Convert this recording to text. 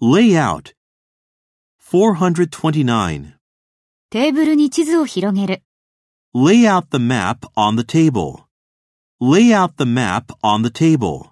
Layout 429. テーブルに地図を広げる。 Lay out the map on the table. Lay out the map on the table.